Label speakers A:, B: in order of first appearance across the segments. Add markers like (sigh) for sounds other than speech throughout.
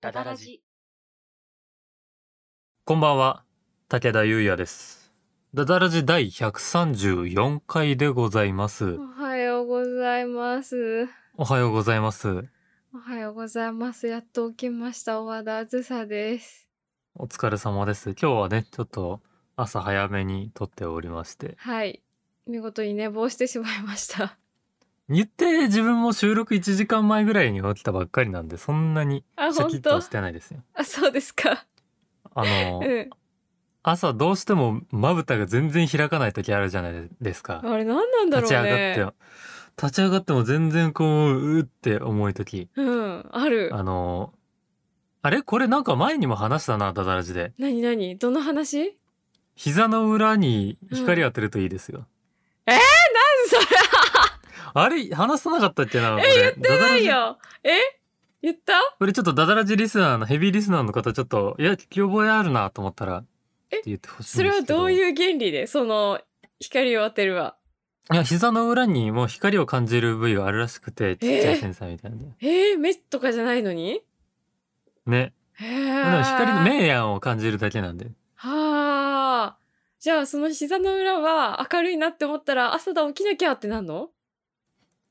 A: ラジ。
B: こんばんは、武田優也です。ダダラジ第134回でございます
A: お。はようございます。
B: おはようございます。
A: おはようございます。やっと起きました。小和田あずさです。
B: お疲れ様です。今日はね、ちょっと朝早めに撮っておりまして。
A: はい。見事に寝坊してしまいました。
B: 言って自分も収録1時間前ぐらいに起きたばっかりなんで、そんなに
A: あ、
B: シャキ
A: 本
B: ッとは
A: 当
B: してないですよ。
A: あ、そうですか。
B: あ
A: う
B: の、
A: ん。
B: 朝どうしてもまぶたが全然開かない時あるじゃないですか。
A: あれ何なんだろ
B: 立
A: う
B: ち上
A: ね。
B: がって、立ち上がっても全然こう、うーって思う時。
A: うん。あ (laughs) る。
B: あの、あれこれなんか前にも話したな、ダダラジで。
A: なになにど
B: (laughs)
A: の話
B: 膝の裏に光当てるといいですよ。
A: それ
B: あれ話さなかったっけなこれ。ダダ
A: な
B: ラ
A: い
B: ジ
A: よ。え言った
B: これちょっとダダラジリスナーの、ヘビーリスナーの方ちょっと、いや、聞き覚えあるなと思ったら、
A: え
B: って言ってほしいん
A: そ
B: で
A: れ
B: す
A: は
B: けど。
A: どう
B: う
A: いう原理で、その、光を当てるわ。
B: いや、膝の裏にもう光を感じる部位があるらしくて、ちっちゃいセンサーみたいなね。
A: えー、目とかじゃないのに
B: ね。
A: へ
B: で
A: ー
B: も光の、明暗を感じるだけなんで。
A: はあ。じゃあその膝の裏は明るいなって思ったら朝だ起きなきゃってなんの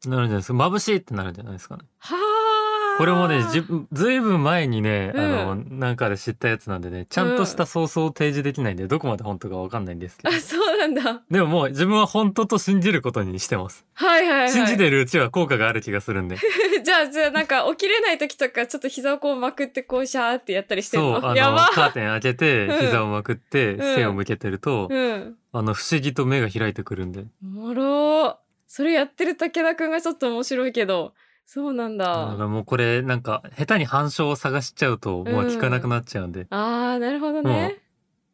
B: なるんじゃないですか。眩しいってなるんじゃないですかね。
A: はあ。
B: これもね、じずいぶん前にね、
A: うん
B: あの、なんかで知ったやつなんでね、ちゃんとしたソースを提示できないんで、どこまで本当かわかんないんですけど
A: あ、。そうなんだ。
B: でももう自分は本当と信じることにしてます。
A: はいはい、はい。
B: 信じてるうちは効果がある気がするんで。
A: (laughs) じゃあ、じゃあなんか起きれない時とかちょっと膝をこうまくってこうシャーってやったりしてる
B: そう、
A: の。
B: あの、
A: やば。
B: カーテン開けて、
A: うん
B: 膝をまくって、
A: ん
B: 背を向けてると、
A: うん。
B: あの、不思議と目が開いてくるんで。
A: おもろー。それやってる武田くんがちょっと面白いけど。そうなん
B: だ
A: だ。
B: からもうこれ、なんか、下手に反証を探しちゃうと、もう聞かなくなっちゃうんで、
A: あー、なるほどね。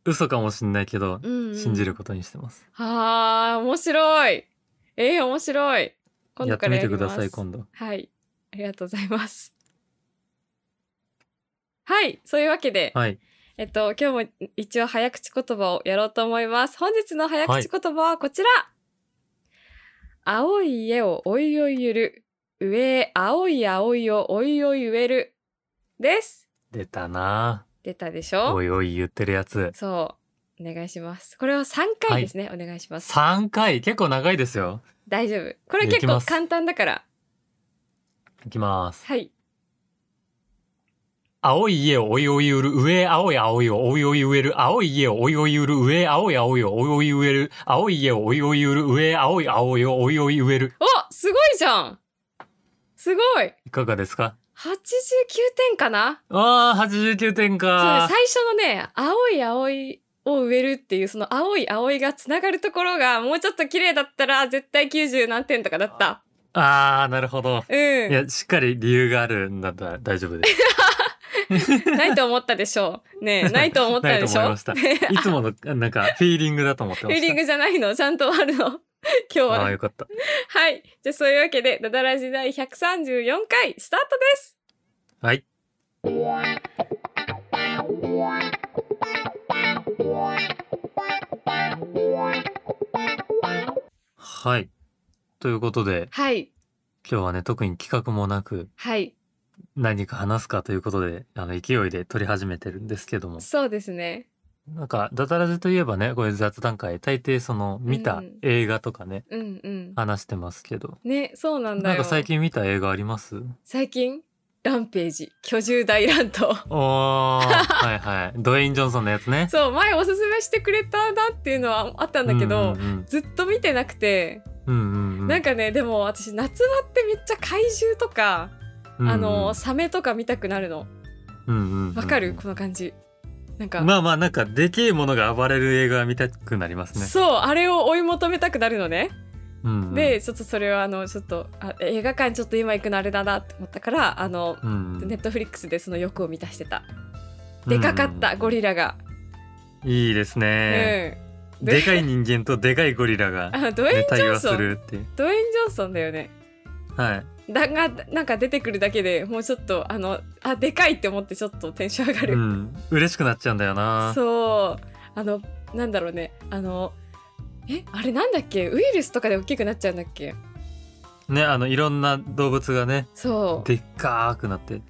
B: 嘘かもしんないけど、
A: うん、うん。
B: 信じる。ことにしてます。
A: はあ、面白い。えー、面白い。今
B: や
A: 度
B: って
A: から
B: み
A: や
B: て
A: りま
B: く
A: す
B: ださい、今度。
A: はい。ありがとうございます。はい。そういうわけで、
B: はい。
A: えっと、今日も一応早口言葉をやろうと思います。本日の早口言葉はこちら。青い家をおいおいゆる。上へ青い青いをおいおい植える。です。
B: 出たなぁ。
A: 出たでし
B: お
A: ょ
B: いおい言ってるやつ。
A: そう。お願いします。これを3回ですね。お願いします。
B: 3回結構長いですよ。
A: 大丈夫。これ
B: で
A: 結
B: き
A: 構
B: ます
A: 簡単だから。
B: いきます。
A: はい。
B: 青い家をおいおい売る、上へ青い青いをおいおい植える、青い家をおいおい売る、上へ青い青いをおいおい植える、青い家をおいおい売る、上へ青い青いをおいおい植える。
A: おすごいじゃんすごい
B: いかがですか
A: 89点かな
B: ああ、89点
A: そう
B: か。
A: 最初のね「青い青い」を植えるっていうその「青い青い」がつながるところがもうちょっと綺麗だったら絶対90何点とかだった
B: ああ、なるほど。
A: うん
B: いや、しっかり理由があるんだったら大丈夫です。
A: ないと思ったでしょ
B: (laughs)
A: うねえないと思ったでし
B: ないと思い
A: ょ
B: ました
A: ねえ
B: いつもの、なんか、フィーリングだと思って
A: フ
B: ま
A: ィー
B: した。
A: リングじゃないのちゃんとあ
B: (laughs)
A: るの今日は
B: ああ、
A: ね
B: よかった。
A: はいじゃあそういうわけで「ダダラジ第134回」スタートです
B: はい。はい。ということで、
A: はい
B: 今日はね、特に企画もなく、
A: はい
B: 何か話すかということで、あの、勢いで撮り始めてるんですけども、
A: そうですね
B: なんか、ダダラジといえばね、こういう雑談会、大抵その、見
A: う
B: た
A: ん
B: 映画とかね、
A: うんうん
B: 話してますけど、
A: ねそうなんだ
B: な
A: よ
B: んか最近見た映画あります
A: 最近ランページ巨獣大乱闘
B: おー、 (laughs) はいはい。ドウェイン・ジョンソンのやつ (laughs) ね。
A: そう前おすすめしてくれたなっていうのはあったんだけど、
B: うんうん
A: ずっと見てなくて、
B: うん、うんうんうん
A: なんかねでも私夏場ってめっちゃ怪獣とか、あのサメとか見たくなるのわかる、この感じなんか、
B: まあまあなんかでけえものが暴れる映画見たくなりますね。
A: そうあれを追い求めたくなるのね、
B: うんうん、
A: でちょっとそれはあのちょっとあ映画館ちょっと今行くのあれだなって思ったからあの、
B: うんうん、
A: ネットフリックスでその欲を満たしてたでかかった、ゴリラが、
B: ラ。いいですね、
A: うん
B: でかい人間とでかいゴリラが、
A: うんあドウェイン・
B: ね、
A: ジ
B: 対
A: ョン
B: 話す
A: ソン
B: るっていう。
A: ドウェイン・ジョンソンだよね
B: はい。
A: だがなんか出てくるだけでもうちょっとあのあでかいって思ってちょっとテンション上が
B: う
A: る、
B: ん。嬉しくなっちゃうんだよな。
A: そうあのなんだろうねあのえあれなんだっけウイルスとかで大きくなっちゃうんだっけ
B: ね、あのいろんな動物がね、
A: そう
B: でっかーくなって。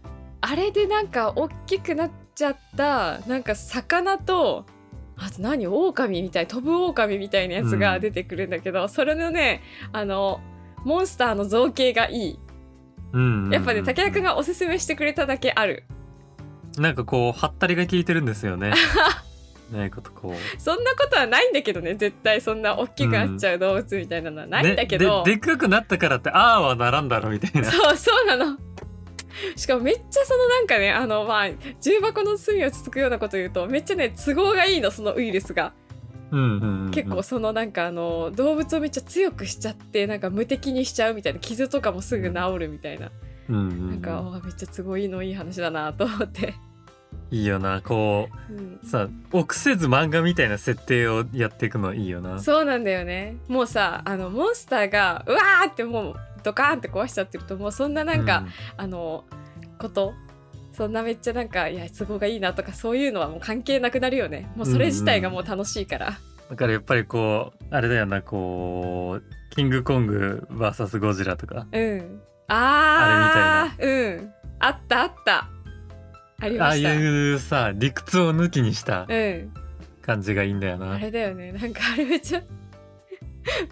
A: あれでなんか大きくなっちゃったなんか魚とあと何狼みたい飛ぶ狼みたいなやつが出てくるんだけど、それのねあのモンスターの造形がいい
B: うんうん
A: やっぱね竹谷くんがおすすめしてくれただけある
B: なんかこうハったりが効いてるんですよ
A: (laughs)
B: ねなんかこう
A: そんなことはないんだけどね絶対そんな大きくなっちゃう動物みたいなのはないんだけど、
B: でででっかくなったからってああはならんだろみたいな
A: そうそうなのしかもめっちゃそのなんかねあのまあ重箱の隅をつつくようなこと言うとめっちゃね都合がいいのそのウイルスが
B: うんうんうん
A: 結構そのなんかあの動物をめっちゃ強くしちゃってなんか無敵にしちゃうみたいな傷とかもすぐ治るみたいな、
B: うんうん
A: なんかあめっちゃ都合いいのいい話だなと思って、
B: いいよなこ
A: うん
B: うさ臆せず漫画みたいな設定をやっていくのいいよな
A: そうなんだよねもうさあのモンスターがうわーってもうドカーンって壊しちゃってるともうそんななんか、あのことそんなめっちゃなんかいや都合がいいなとかそういうのはもう関係なくなるよねもうそれ自体がもう楽しいから、
B: うんだからやっぱりこうあれだよなこうキングコング VS ゴジラとか
A: うんああうんあったあったあり
B: あ
A: ま
B: あ
A: し
B: い
A: た
B: うさ理屈を抜きにした
A: うん
B: 感じがいいんだよな
A: あれだよねなんかあれめっちゃ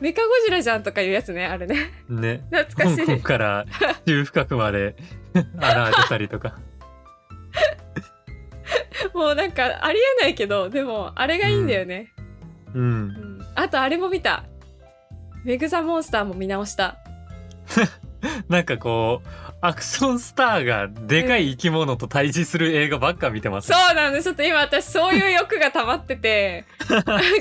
A: メカゴジラじゃんとかいうやつねあれね (laughs)
B: ね
A: 懐
B: 香
A: かし
B: 港
A: い (laughs)
B: から中深くまで (laughs) 現れたりとか
A: もうなんかありえないけどでもあれがいいんだよね、
B: うん
A: うんあとあれも見たメグザモンスターも見直した
B: なんかこうアクションスターがでかい生き物と対峙する映画ばっか見てます、
A: そうなんですちょっと今私そういう欲が溜まって
B: (laughs)
A: て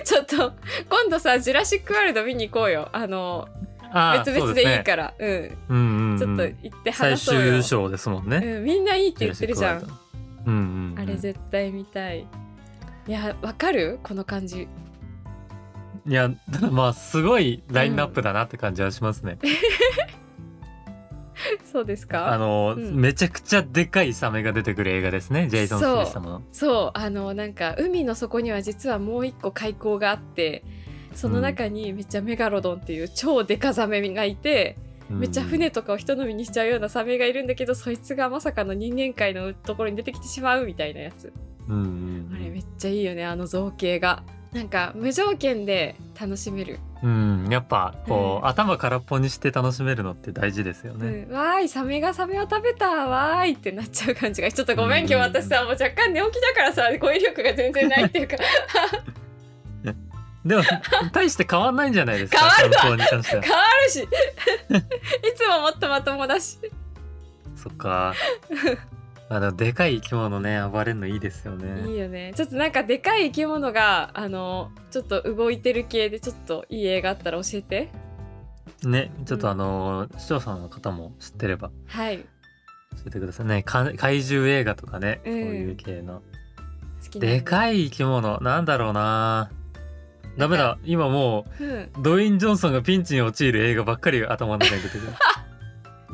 A: ちょっと今度さ「ジュラシック・ワールド」見に行こうよあの
B: ああ
A: 別々でいい
B: ら
A: からう,、
B: う,、うんうんうんん、
A: ちょっと行って
B: 最
A: 話そうよ
B: 終、章ですもんね、
A: うん、みんないいって言ってるじゃ
B: ジュラシ
A: ん
B: ックワールドうんうんうん、
A: あれ絶対見たいいやわかるこの感じ
B: いやただまあすごいラインナップだなって感じはしますね、
A: そうです
B: あ
A: か
B: の、
A: うん
B: めちゃくちゃでかいサメが出てくる映画ですねジェイソン・スミス様の
A: そうあのなんか海の底には実はもう一個海溝があってその中にめっちゃメガロドンっていう超デカザメがいて、めっちゃ船とかを人飲みにしちゃうようなサメがいるんだけどそいつがまさかの人間界のところに出てきてしまうみたいなやつ
B: うんうん
A: あれめっちゃいいよねあの造形がなんか無条件で楽しめる、
B: うん、やっぱこう、
A: うん
B: 頭空っぽにして楽しめるのって大事ですよね、
A: うん、わーいサメがサメを食べたわーいってなっちゃう感じがちょっとごめん今日私さもう若干寝起きだからさ語彙力が全然ないっていうか (laughs)
B: でも大して変わんないんじゃないですか
A: 変わ
B: 観
A: るわ
B: 光に関しては
A: 変わるしいつももっとまともだし
B: そっかあのでかい生き物ね暴れるのいいですよ
A: い
B: ね
A: いよねちょっとなんかでかい生き物があのちょっと動いてる系でちょっといい映画あったら教えて
B: ねちょっとあの、視聴者の方も知ってれば
A: はい
B: 教えてくださいねか怪獣映画とかね、
A: うん
B: そういう系の
A: 好きな
B: でかい生き物なんだろうなダメだ今も
A: うん
B: うドウェイン・ジョンソンがピンチに陥る映画ばっかり頭の中に出て
A: (laughs)
B: くる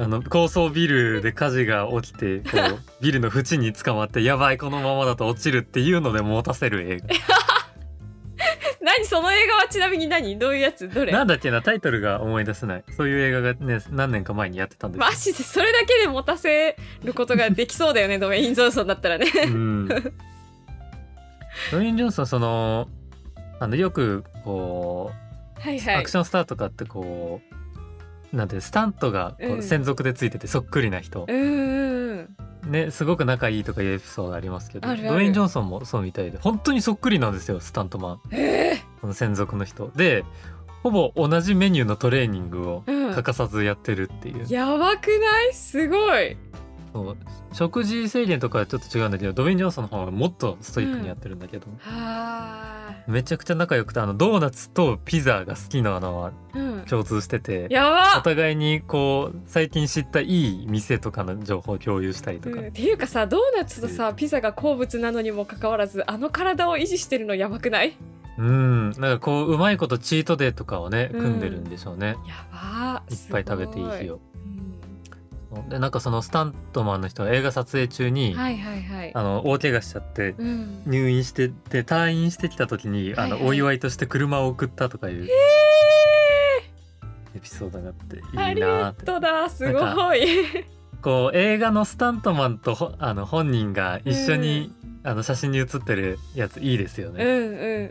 B: あの高層ビルで火事が起きてこうビルの縁に捕まってやばいこのままだと落ちるっていうので持たせる映
A: 何その映画はちなみに何どういうやつどれ
B: 画なんだっけなタイトルが思い出せないそういう映画がね何年か前にやってたんです
A: マジでそれだけで持たせることができそうだよ (laughs) ねドメイン・ゾンソンだったらね
B: うんドウェイン・ジョンソンそのあのよくこう
A: (laughs) はいは
B: ア
A: い
B: クションスターとかってこうなんてスタントがこ
A: うん
B: う専属でついててそっくりな人
A: う、んうん
B: ねすごく仲いいとかいうエピソードありますけど
A: あるある
B: ドウェイン・ジョンソンもそうみたいで本当にそっくりなんですよスタントマン
A: え
B: この専属の人でほぼ同じメニューのトレーニングを
A: ーうん
B: 欠かさずやってるっていう,、
A: やばくないすごい
B: そう食事制限とかはちょっと違うんだけどドウェイン・ジョンソンの方はもっとストイックにやってるんだけど、
A: はあ
B: めちゃくちゃ仲良くてあのドーナツとピザが好きなのは
A: うん
B: 共通してて
A: や
B: お
A: ば
B: 互いにこう最近知ったいい店とかの情報を共有したりとか、
A: うんっていうかさドーナツとさピザが好物なのにもかかわらずあの体を維持してるのやばくない
B: うん、なんかこううまいことチートデーとかをね
A: うん
B: 組んでるんでしょうね、
A: やば
B: いっぱい食べていい日
A: よ、
B: を
A: うん
B: でなんかそのスタントマンの人が映画撮影中に、
A: はいはいはい
B: あの大怪我しちゃって
A: うん
B: 入院してで退院してきた時に、あ
A: はいは
B: の
A: い
B: お祝いとして車を送ったとかいうエピソードがあってい
A: ハ
B: い
A: リウ
B: なー
A: ッ
B: って
A: ドだすご
B: なん
A: い
B: こう映画のスタントマンとほあの本人が一緒に、あの写真に写ってるやついいですよ
A: うんう
B: ね、
A: んう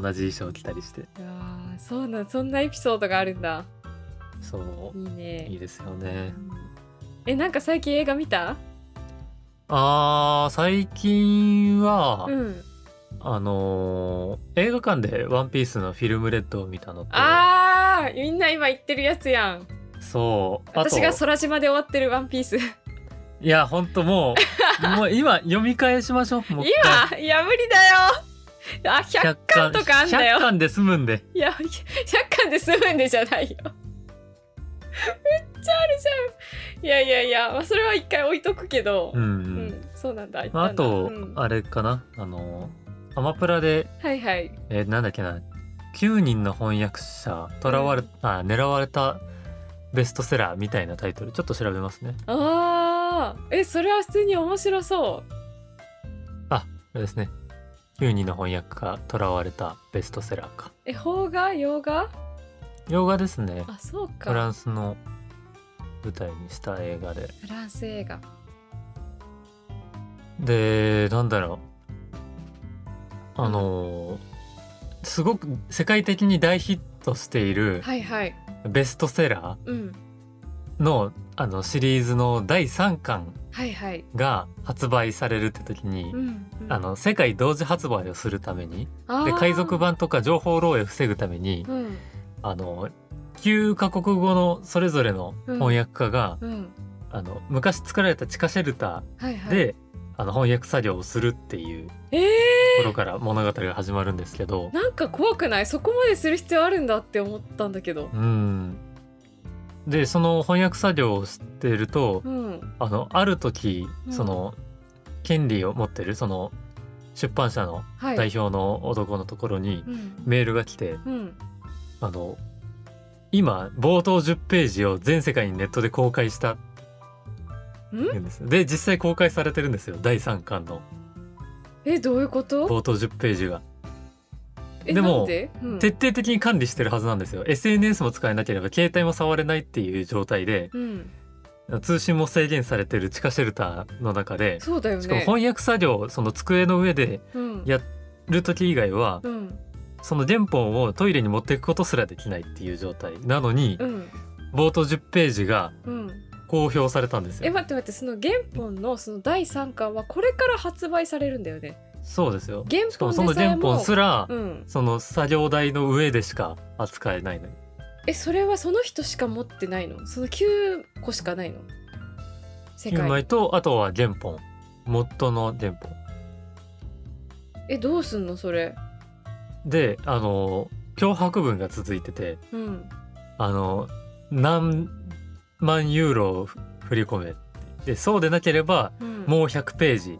A: ん
B: 同じ衣装着たりして
A: うわーそうなんそんなエピソードがあるんだ
B: そ
A: いいうね
B: いいですよね
A: えなんか最近映画見た
B: あー最近は、
A: うん
B: あのー映画館で「ワンピースのフィルムレッドを見たのと
A: あーみんな今言ってるやつやん
B: そうあと
A: 私が空島で終わってるワンピース
B: いやほんとも
A: (laughs)
B: うもう今読み返しましょうもう一回
A: 今いや無理だよあ100巻とかあんだよ
B: 100巻で済むんで
A: いや100巻で済むんでじゃないよめっちゃあるじゃんいやいやいや、まあ、それは一回置いとくけど、
B: うん、
A: う
B: うん
A: んそうなんだ
B: まあ、あと、
A: うん
B: あれかなあのアマプラで、
A: はいはい
B: えーなんだっけな9人の翻訳者囚われ、あ狙われたベストセラーみたいなタイトルちょっと調べますね
A: あーえそれは普通に面白そ
B: あれですね9人の翻訳家囚われたベストセラーか
A: うえ邦画洋画
B: 洋画ですね
A: あそうか
B: フランスの舞台にした映画で
A: フランス映画
B: でなんだろうあのーすごく世界的に大ヒットしている
A: はいはい
B: ベストセラ
A: うん
B: ーのあのシリーズの第3巻
A: はいはい
B: が発売されるって時に、
A: うん、うん
B: あの世界同時発売をするために
A: あ
B: で
A: ー
B: 海賊版とか情報漏洩を防ぐために、
A: うん
B: あの9カ国語のそれぞれの翻訳家が、
A: うん
B: あの昔作られた地下シェルタ
A: はいは
B: ー
A: い
B: で、あの翻訳作業をするっていう
A: え
B: ところから物語が始まるんですけど
A: ー、、なんか怖くないそこまでする必要あるんだって思ったんだけど
B: うん、でその翻訳作業をしていると、
A: うん
B: あのある時
A: うん
B: その権利を持ってるその出版社の
A: はい
B: 代表の男のところに
A: うん
B: メールが来て、
A: うん
B: あの今冒頭10ページを全世界にネットで公開したって
A: ん
B: 言うんですで実際公開されてるんですよ第3巻の
A: えどういうこと
B: 冒頭10ページが
A: え
B: でも
A: なんで、うん
B: 徹底的に管理してるはずなんですよ SNS も使えなければ携帯も触れないっていう状態で
A: うん、
B: 通信も制限されてる地下シェルターの中で
A: そうだよね
B: しかも翻訳作業その机の上で
A: うん
B: やる時以外は
A: うん
B: その原本をトイレに持っていくことすらできないっていう状態なのに
A: うん
B: 冒頭10ページが
A: うん
B: 公表されたんです
A: え
B: よ
A: 待って待ってその原本のその第3巻はこれから発売されるんだよね
B: そうですよ
A: 原
B: しか
A: 本
B: もその
A: でさえ
B: 原
A: も
B: 本すら
A: うん
B: その作業台の上でしか扱えないの
A: えそれはその人しか持ってないのその9個しかないの世
B: 9
A: 界
B: 枚とあとは原本元の原本
A: えどうすんのそれ
B: であの脅迫文が続いてて
A: うん
B: あの何万ユーロを振り込めでそうでなければ
A: うん
B: もう100ページ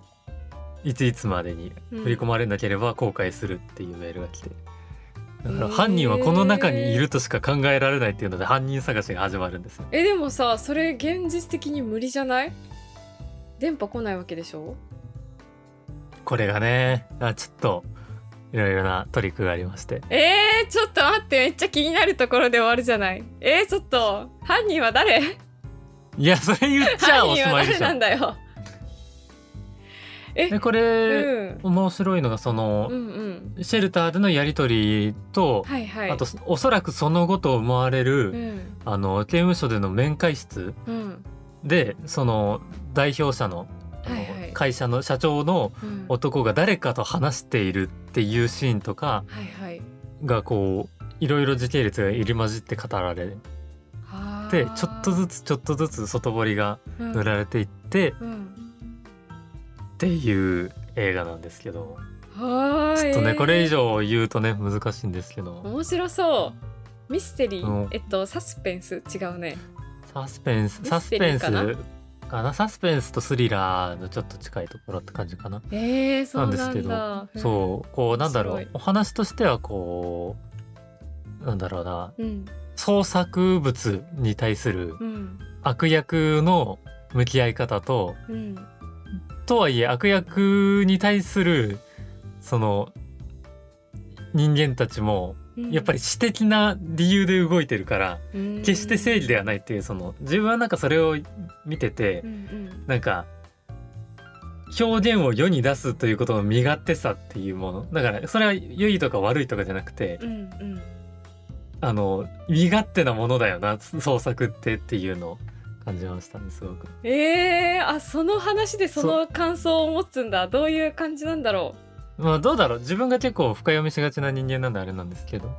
B: いついつまでに
A: うん
B: 振り込まれなければ後悔するっていうメールが来てだか
A: へー
B: ら犯人はこの中にいるとしか考えられないっていうので犯人探しが始まるんですよ
A: えでもさそれ現実的に無理じゃない電波来ないわけでしょ
B: これがねあちょっといろいろなトリックがありまして
A: えー、ちょっと待ってめっちゃ気になるところで終わるじゃないえー、ちょっと犯人は誰
B: いやそれ言っちゃ
A: 犯
B: おし
A: 人は
B: まいで
A: 誰
B: し
A: なん
B: ょ
A: だよえ
B: で
A: う
B: これ、
A: ん
B: 面白いのがその
A: う、んうん
B: シェルターでのやり取りと、
A: はいはい
B: あとおそらくその後と思われる、
A: うん
B: あの刑務所での面会室
A: うん
B: でその代表者のあの、
A: はいはい
B: 会社の社長の
A: うん
B: 男が誰かと話しているっていうシーンとか
A: はいはい
B: がこういろいろ時系列が入り混じって語られ
A: あ
B: て
A: ー
B: ちょっとずつちょっとずつ外堀が
A: うん
B: 塗られていって
A: うん
B: っていう映画なんですけど
A: は
B: ち
A: ー
B: ょ
A: い
B: っとねこれ以上言うとね難しいんですけど
A: 面白そうミステリー、
B: うん
A: えっとサスペンス違うね
B: サスペンス
A: ミ
B: サ
A: ス
B: ス
A: テ
B: ペ
A: リ
B: ン
A: ー
B: ス
A: かな
B: かなサスペンスとスリラーのちょっと近いところって感じかな。
A: えー、そうなんだ
B: なんですけど
A: うん
B: そうこうなんだろ
A: 面
B: う
A: 白
B: お話としてはこうなんだろうな
A: うん
B: 創作物に対する
A: うん
B: 悪役の向き合い方と
A: うん
B: とはいえ悪役に対するその人間たちも
A: う
B: やっぱ
A: り
B: り私的な理由で動いてるから決して正義では
A: ない。
B: ないっていうその自分はなんかそれを見てて
A: うんうん
B: なんか表現を世に出すということの身勝手さっていうものだからそれは良いとか悪いとかじゃなくて
A: うんうん
B: あの身勝手なものだよな創作ってっていうのを感じましたねすごく。
A: えー、あその話でその感想を持つんだどういう感じなんだろ
B: まあどうだろう自分が結構深読みしがちな人間なんであれなんですけど
A: う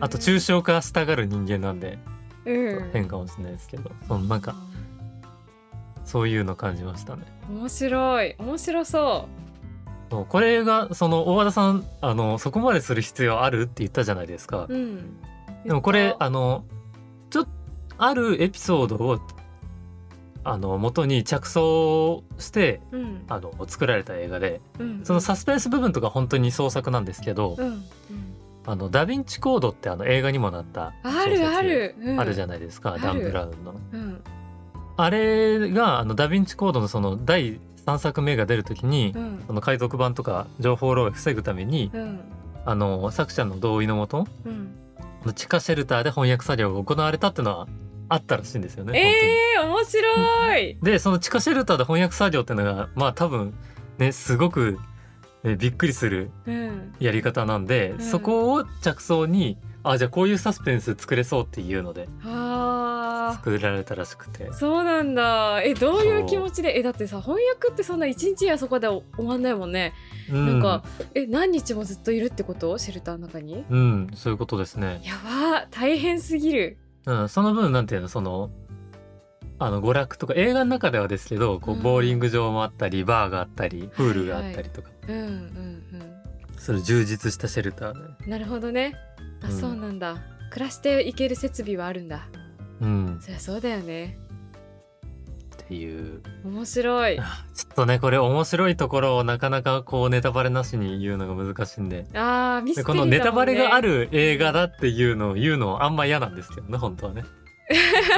B: あと抽象化したがる人間なんで
A: うん
B: 変かもしれないですけどそのなんかそういうの感じましたね。
A: 面白い面白そ
B: そうこれがその大和田さんあのそこまでする必要あるって言ったじゃないですか
A: う、う。ん、
B: でもこれ
A: あ
B: あのちょっとあるエピソードをあの元に着想して
A: うん
B: あの作られた映画で
A: うん、
B: そのサスペンス部分とか本当に創作なんですけど、
A: うんうん、
B: あのダヴィンチコードってあの映画にもなった
A: あるある、
B: 小説あるじゃ
A: ん、
B: ないですか、
A: る
B: ダン・ブラウンの。
A: うん
B: あれがあのダヴィンチコードのその第3作目が出る時に、
A: うん
B: その海賊版とか情報漏洩を防ぐために、
A: うん
B: あの作者の同意のもと
A: うん、
B: 地下シェルターで翻訳作業が行われたっていうのはあったらしいんですよね。本当に
A: えー、面白い、
B: でその地下シェルターで翻訳作業っていうのがまあ多分ねすごく、ね、びっくりする
A: うん、
B: やり方なんで、
A: ん
B: そこを着想にあじゃあこういうサスペンス作れそうっていうので
A: あー
B: 作られたらしくて
A: そうなんだえどういう気持ちでえだってさ翻訳ってそんな一日やそこで終わんないもんね、
B: うん
A: なんかえ何日もずっといるってことシェルターの中に
B: うんそういうことですね。
A: やばー大変すぎる
B: うん、その分なんていうのそのあの娯楽とか映画の中ではですけどこ
A: う
B: うんボーリング場もあったりバーがあったりプールがあったりとか、
A: うんうん
B: それ充実したシェルターで、
A: うんなるほどね
B: う
A: あ、
B: ん
A: そうなんだ暮らしていける設備はあるんだ
B: うん、
A: そりゃそうだよね
B: っていう
A: 面白 (laughs) いあ
B: あちょっとねこれ面白いところをなかなかこうネタバレなしに言うのが難しいんで
A: ーミ
B: で
A: ステリーだ
B: こ
A: も
B: の
A: ん、ね、
B: ネタバレがあ
A: る
B: る映画だっていうのを言うのあんま嫌なんですけどね本当はね。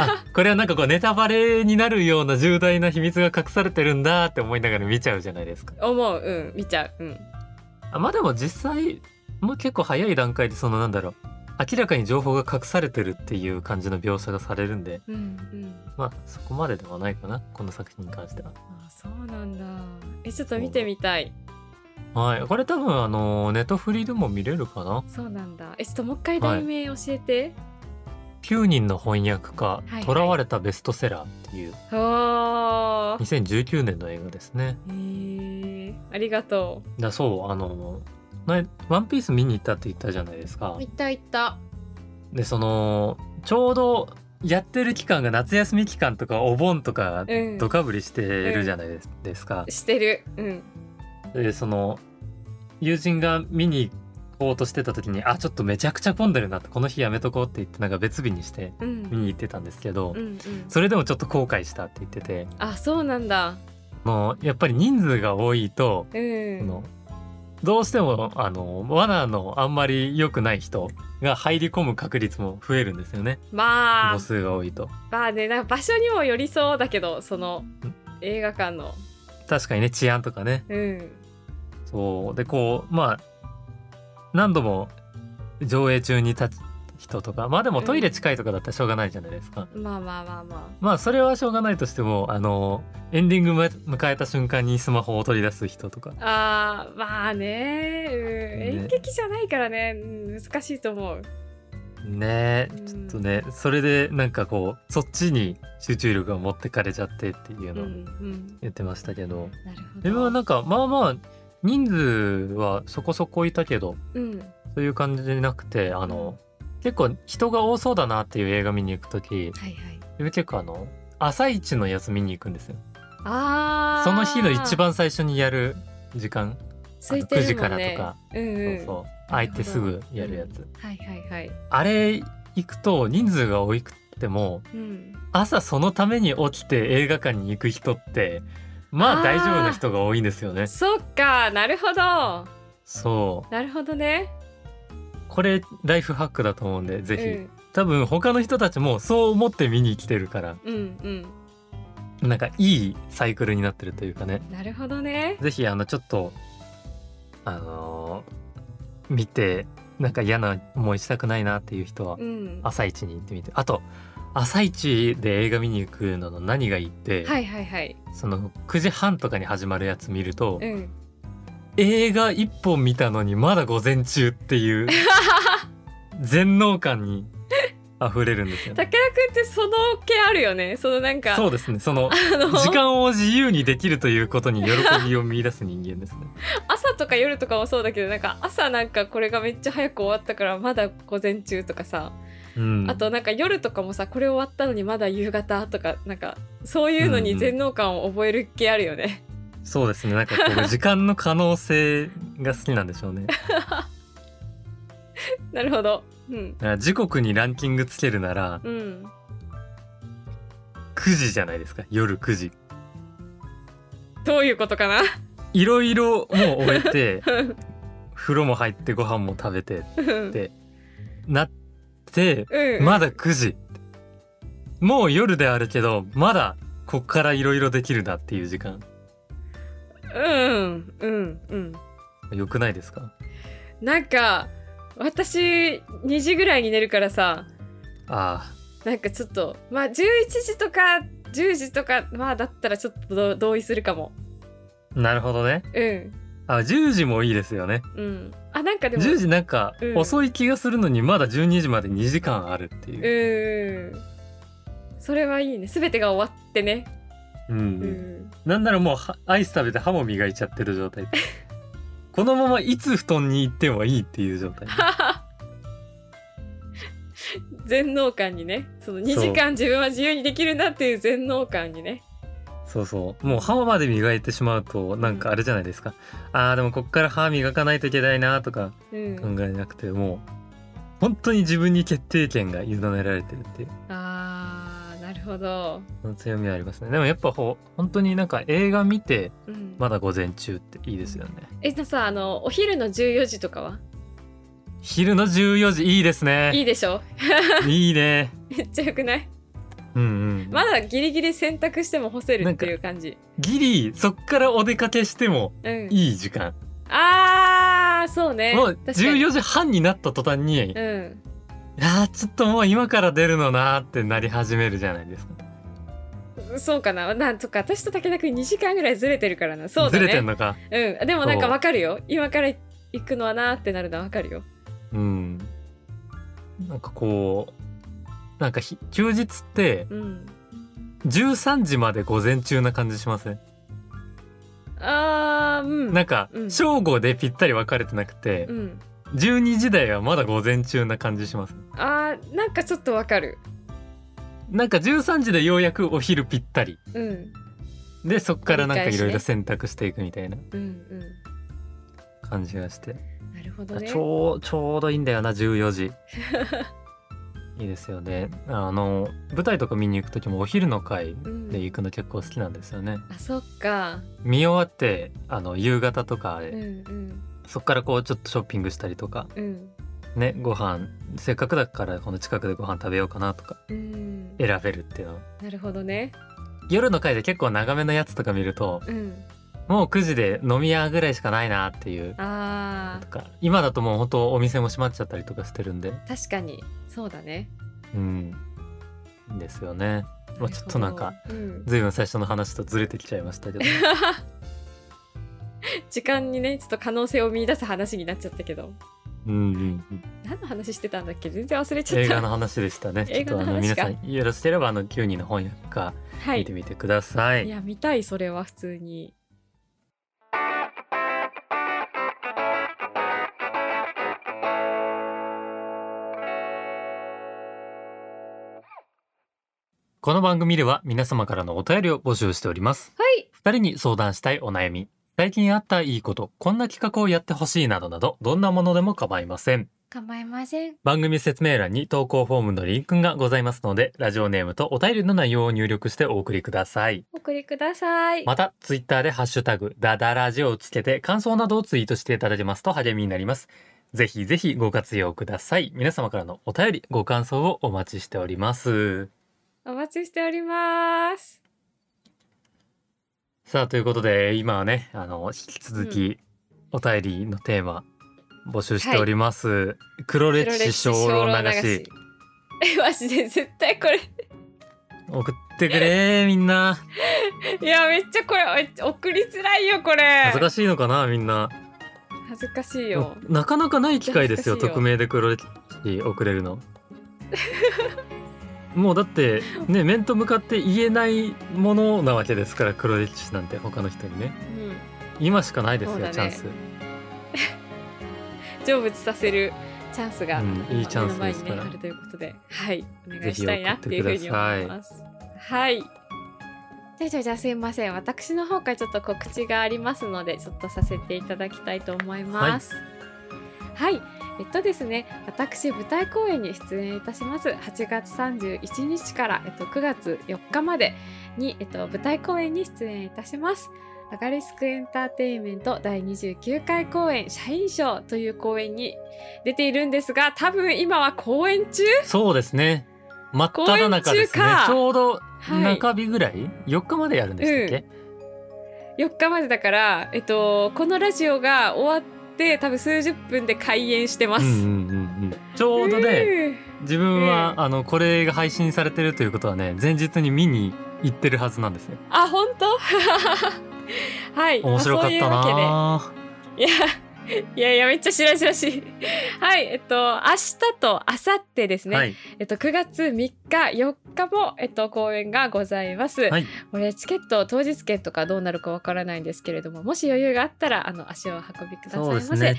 B: あこれはなんかこうネタバレになるような重大な秘密が隠されてるんだって思いながら見ちゃうじゃないですか。
A: 思ううん見ちゃううん
B: あまあでも実際もう結構早い段階でそのなんだろう明らかに情報が隠されてるっていう感じの描写がされるんで
A: うんうん
B: まあそこまでではないかなこの作品に関しては。
A: あそうなんだえちょっと見てみたい
B: はいこれ多分あのネットフリでも見れるかな
A: そうなんだえちょっともう一回題名教えて、
B: 9人の翻訳家
A: いはい
B: 「囚われたベストセラー」っていう
A: はあ
B: 2019年の映画ですね。
A: えー、ありがと
B: だそうあの前「ワンピース見に行ったって言ったじゃないですか
A: う。ったいった
B: でそのちょうどやってる期間が夏休み期間とかお盆とか
A: うん
B: ドカぶりしてるじゃないですですか。
A: してるうん
B: でその友人が見に行こうとしてた時にあちょっとめちゃくちゃ混んでるなってこの日やめとこうって言ってなんか別日にして
A: う
B: 見
A: ん
B: に行ってたんですけど、
A: うんうん
B: それでもちょっと後悔したって言ってて
A: あそうなんだ
B: もうやっぱり人数が多いと、
A: うん
B: そのどうしてもあの罠のあんまり良くない人が入り込む確率も増えるんですよね
A: まあ
B: 母数が多いと。
A: まあねなんか場所にもよりそうだけどその映画館の
B: 確かにね治安とかね
A: うん
B: そうでこうまあ何度も上映中に立つ人とかまあでもトイレ近いとかだったらしょうがないじゃないですか、
A: まあまあまあま
B: まあそれはしょうがないとしてもあのエンディングま迎えた瞬間にスマホを取り出す人とか
A: ああーまあね,、うん、
B: ね
A: 演劇じゃないからね、うん難しいと思う
B: ね
A: うん
B: えちょっとねそれでなんかこうそっちに集中力が持ってかれちゃってっていう
A: うん
B: の
A: う
B: を
A: ん
B: 言ってましたけど、
A: なるほど
B: 自分はなんかまあまあ人数はそこそこいたけど
A: うん
B: そういう感じじゃなくてあの結構人が多そうだなっていう映画見に行く時
A: はいはい
B: 自分結構あの朝一のやつ見に行くんですよ
A: ああ
B: その日の一番最初にやる時間
A: 空いてるもん、ね、
B: 9時からとか
A: うんうん
B: そうそう空いてすぐやるやつ、
A: はいはいはい
B: あれ行くと人数が多くても
A: うん
B: 朝そのために起きて映画館に行く人ってま
A: あー
B: あ大丈夫な人が多いんですよね
A: そっかなるほどな
B: そう
A: るほどね
B: これライフハックだと思うんでぜひ、
A: うん
B: 多分他の人たちもそう思って見に来てるから
A: うん
B: なんかいいサイクルになってるというかね
A: うんなるほどね
B: ぜひあのちょっとあのー見てなんか嫌な思いしたくないなっていう人は
A: うん。
B: 朝一に行ってみてあと朝一で映画見に行くのの何がいいって、
A: はいはいはい。
B: その9時半とかに始まるやつ見ると、
A: うん。
B: 映画一本見たのにまだ午前中っていう (laughs) 全能感に溢れるんですよ
A: 武田
B: ね。
A: くんってその系あるよね。そのなんか、
B: そうですねその
A: あの
B: 時間を自由にできるということに喜びを見出す人間ですね。
A: 朝とか夜とかもそうだけど、なんか朝なんかこれがめっちゃ早く終わったからまだ午前中とかさ、
B: うん、
A: あとなんか夜とかもさ、これ終わったのにまだ夕方とか、なんかそういうのに全能感を覚える系あるよね。
B: そうですねなんかこう時間の可能性が好きなんでしょうね。だか
A: なるほど。うん。
B: ら時刻にランキングつけるなら
A: うん。
B: 9時じゃないですか夜9時。
A: どういうことかな
B: いろいろもう終え (laughs) て風呂も入ってご飯も食べて
A: うん
B: でなって
A: うん。
B: まだ9時もう夜であるけどまだこっからいろいろできるなっていう時間
A: うんうんうん
B: 良くないですか
A: なんか私2時ぐらいに寝るからさ
B: あ
A: なんかちょっとまあ11時とか10時とかまあだったらちょっとど同意するかも
B: あなるほどね
A: うん
B: あ10時もいいですよね
A: うんあなんかでも
B: 10時なんか
A: うん
B: 遅い気がするのにまだ12時まで2時間あるっていう、
A: うんそれはいいね全てが終わってね
B: うん
A: うん
B: なんならもうはアイス食べて歯も磨いちゃってる状 (laughs) 態このままいつ布団に行ってもいいっていう状 (laughs) 態
A: 全能感にねその2時間自分は自由にできるんだっていう全能感にね
B: そうそうもう歯まで磨いてしまうとなんかあれじゃないですか、あーでもこっから歯磨かないといけないなとか
A: うん、
B: 考えなくてもう本当に自分に決定権が委ねられてるっていう
A: あーなるほど、
B: その強みはありますねでもやっぱほ本当になんか映画見て
A: うん、
B: まだ午前中っていいですよね
A: えじゃあさあのお昼の14時とかは
B: 昼の14時いいです
A: い
B: ね
A: いでしょ (laughs)
B: いいね
A: めっちゃよくない
B: うんうん、
A: まだギリギリ選択しても干せるっていう感じ
B: ギリそっからお出かけしても
A: うん
B: いい時間
A: あーそうね
B: もう
A: 確かに
B: 14時半になった途端に、
A: うん
B: あーちょっともう今から出るのなーってなり始めるじゃないですか
A: そうかななんとか私と武田君2時間ぐらいずれてるからなそうだ
B: ず
A: ね
B: れてんのか
A: うんでもなんかわかるよ今から行くのはなーってなるのはわかるよ
B: うんなんかこうなんかひ休日って
A: うん
B: 13時まで午前中な感じしません
A: あーうん
B: なんか
A: うん
B: 正午でぴったり分かれてなくて
A: うん
B: 12時台はまだ午前中な感じします
A: あーなんかちょっとわかる
B: なんか13時でようやくお昼ぴったり
A: うん
B: でそっからなんか
A: 折り
B: い
A: 返し
B: ろ
A: ね
B: いろ選択していくみたいな
A: うんう
B: 感じがして、
A: んなるほどね
B: ちょうちょうどいいんだよな14時
A: (laughs)
B: いいですよねあの舞台とか見に行く時もお昼の回
A: うん
B: で行くの結構好きなんですよね、
A: あそっか
B: 見終わってあの夕方とかで、
A: うんうん
B: そっからこうちょっとショッピングしたりとか
A: うん
B: ねご飯せっかくだからこの近くでご飯食べようかなとか
A: うん
B: 選べるっていうの
A: なるほどね
B: 夜の回で結構長めのやつとか見ると
A: うん
B: もう9時で飲み屋ぐらいしかないなっていう
A: あ
B: とか今だともう本当お店も閉まっちゃったりとかしてるんで
A: ー確かにそうだね
B: うんいいんですよねまあちょっとなんか
A: るほどうん
B: 随分最初の話とずれてきちゃいました
A: (laughs)
B: けど
A: 時間にねちょっと可能性を見出す話になっちゃったけど
B: うんうんうん
A: 何の話してたんだっけ全然忘れちゃっ
B: 映
A: た
B: 画の話でしたねちょ
A: 映
B: っ
A: 画
B: と
A: の
B: あの
A: 話
B: 皆
A: か
B: さんよろしければあの9人の翻訳家
A: は
B: 見
A: い
B: てみてくださ
A: い
B: い。
A: や見たいそれは普通に
B: この番組では皆様からのお便りを募集しております。
A: はい
B: 二人に相談したいお悩み、最近あったいいこと、こんな企画をやってほしいなどなど、どんなものでも構いません。
A: 構いません
B: 番組説明欄に投稿フォームのリンクがございますので、ラジオネームとお便りの内容を入力してお送りください。
A: お送りください
B: また、ツイッターでハッシュタグ、ダダラジオをつけて、感想などをツイートしていただけますと励みになります。ぜひぜひご活用ください。皆様からのお便り、ご感想をお待ちしております。
A: お待ちしております
B: さあ、ということで、今はね、あの、引き続き、お便りのテーマ、募集しております、黒歴史小老流し
A: えマジで絶対これ
B: 送ってくれみんない
A: やめっちゃこれめっちゃ送りづらいよこれ
B: 恥ずかしいのかなみんな
A: 恥ずかしいよ
B: なかなかない機会ですよ
A: めっちゃ恥ずかしいよ
B: 匿名で黒歴史送れるの (laughs) もうだってね面と向かって言えないものなわけですから黒歴史なんて他の人にね
A: うん
B: 今しかないですよ、
A: そうだね
B: チャンス、
A: 成仏させるチャンスが、
B: うんいいチャンスですから
A: 目の前にねあるということではいお願いしたいなっていうふうに
B: ぜひ送っ
A: 思
B: て
A: い
B: くだ
A: ますはいじゃあじゃあじゃあすいません私の方からちょっと告知がありますのでちょっとさせていただきたいと思いますはい、えっとですね私舞台公演に出演いたします8月31日から、えっと、9月4日までに、えっと、舞台公演に出演いたしますアガリスクエンターテインメント第29回公演社員賞という公演に出ているんですが多分今は公演中
B: そうですね真っ只中ですね
A: 公演中か
B: ちょうど
A: はい
B: 中日ぐらい、4日までやるんでしたっけ、
A: 4日までだから、えっと、このラジオが終わって多分数十分で開演してま
B: う
A: す。
B: んうんうんうんちょうどね、
A: うん
B: 自分は、
A: う
B: あのこれが配信されてるということはね前日に見に行ってるはずなんですよ
A: あ本当 (laughs) はい
B: 面白かったな
A: まあそういうわ
B: あ
A: けでいやいやいやめっちゃしらしらしいはいえっと明日と明後日ですね、
B: はい、
A: えっと9月3日4日もえっと公演がございます、
B: はい、
A: これチケット当日券とかどうなるかわからないんですけれどももし余裕があったらあの足をお運びください
B: そう
A: ま
B: です
A: せ
B: ね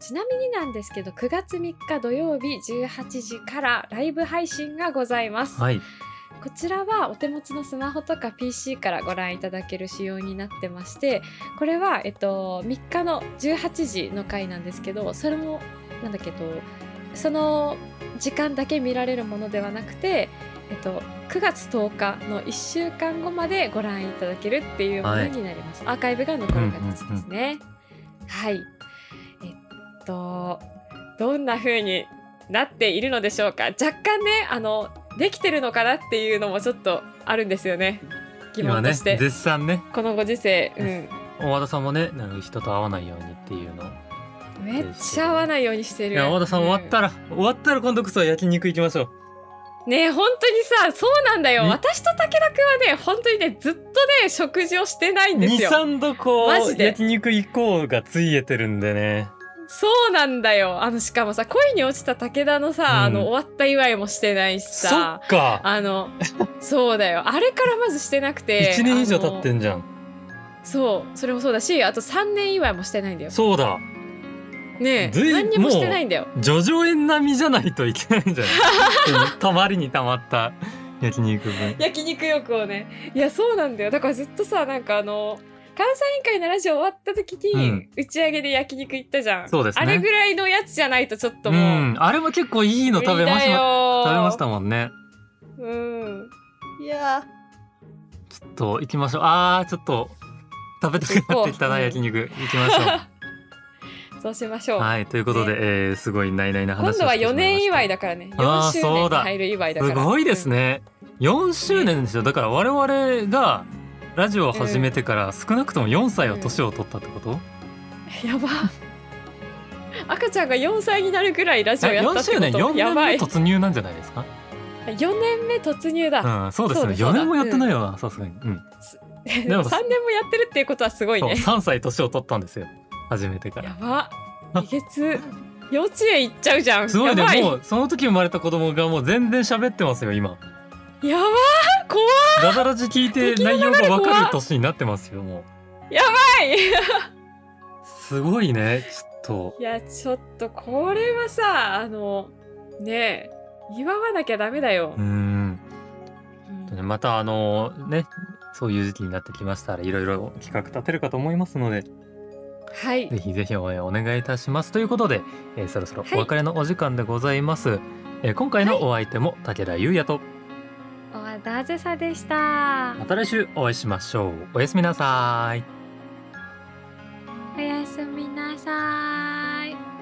A: ちなみになんですけど9月3日土曜日18時からライブ配信がございます、
B: はい
A: こちらはお手持ちのスマホとか PC からご覧いただける仕様になってましてこれは、えっと、3日の18時の回なんですけどそれもなんだっけとその時間だけ見られるものではなくて、えっと、9月10日の1週間後までご覧いただけるっていうものになります、アーカイブが残る形ですね、はいえっとどんな風になっているのでしょうか若干ねあのできてるのかなっていうのもちょっとあるんですよね疑
B: 今
A: 問と
B: ね
A: して、
B: 絶賛ね
A: このご時世、う
B: 大和田さんもねあの人と会わないようにっていうのを
A: ん、めっちゃ合わないようにして
B: い
A: る
B: や大和田さん終わったら、終わったら今度こそ焼肉行きましょう
A: うんね本当にさそうなんだよ、
B: ね
A: 私と武田くんはね本当にねずっとね食事をしてないんですよ
B: 23度こ
A: マジ
B: う
A: で
B: 焼肉行こうがついえてるんでね
A: そうなんだよあのしかもさ恋に落ちた武田のさ、あ
B: う
A: の
B: ん
A: 終わった祝いもしてないし
B: そ
A: さ
B: っか
A: あのそうだよあれからまずしてなくて
B: 1年以上経
A: あの
B: ってんじゃん
A: そうそれもそうだしあと3年祝いもしてないんだよ
B: そうだ
A: ね
B: ず
A: え
B: い
A: 何にもしてないんだよ
B: 叙々苑並みじゃないといけないんじゃない
A: (laughs)
B: たまりにたまった焼肉分
A: 焼肉欲をねいやそうなんだよだからずっとさなんかあの関西委員会のラジオ終わった時に、
B: うん
A: 打ち上げで焼肉行ったじゃん
B: そうですね
A: あれぐらいのやつじゃないとちょっと
B: う
A: もう、
B: んあれも結構いいの食べました
A: 無理だよ
B: 食べましたもんね
A: うんいや
B: ちょっと行きましょうあーちょっと食べたくなってきた
A: 行こ
B: な
A: う
B: 焼肉行きましょ
A: ー (laughs) そうしましょう、
B: うはいということで、
A: ね
B: えーすごいないないな話を
A: 今
B: して
A: 度は4
B: しまいまし
A: 年
B: た
A: 祝いだからね
B: あ
A: 4
B: ー
A: 周
B: そ
A: 年
B: う
A: に
B: だ
A: 入る祝いだか
B: す
A: ら
B: ごいです
A: うん
B: ね、4周年ですよだから我々がラジオを始めてから少なくとも4歳は年を取ったってこと、
A: やば赤ちゃんが4歳になるぐらいラジオ
B: え
A: やった
B: 4
A: って
B: 周
A: こと
B: 年4
A: や
B: 年
A: ば
B: 目
A: い
B: 突入なんじゃないですか
A: 4年目突入だ、
B: うんそうです
A: そう
B: ね
A: だそう
B: 4
A: だ
B: 年もやってないよなさすがにうん
A: でも3年もやってるっていうことはすごい
B: そう
A: ね。
B: 3歳年を取ったんですよ始めてか
A: や
B: ら
A: ば。えげつ。幼稚園行っちゃうじゃん。
B: すごいね
A: やば
B: もうその時生まれた子供がもう全然喋ってますよ今
A: やばー怖
B: ダダラジ聞いて内容がわかる年になってますよも
A: い。いう
B: すごいねちょっと
A: やちょっとこれはさあのねえ祝わなきゃダメだよ
B: う。ん
A: うん
B: またあのねそういう時期になってきましたらいろいろ企画立てるかと思いますので
A: はい
B: ぜ。ひぜひ応援お願いいたしますということで、えーそろそろ
A: はい
B: お別れのお時間でございます、えー今回のお相手も武田優也と
A: おわだあぜさでした
B: また来週お会いしましょうおやすみなさい
A: おやすみなさい。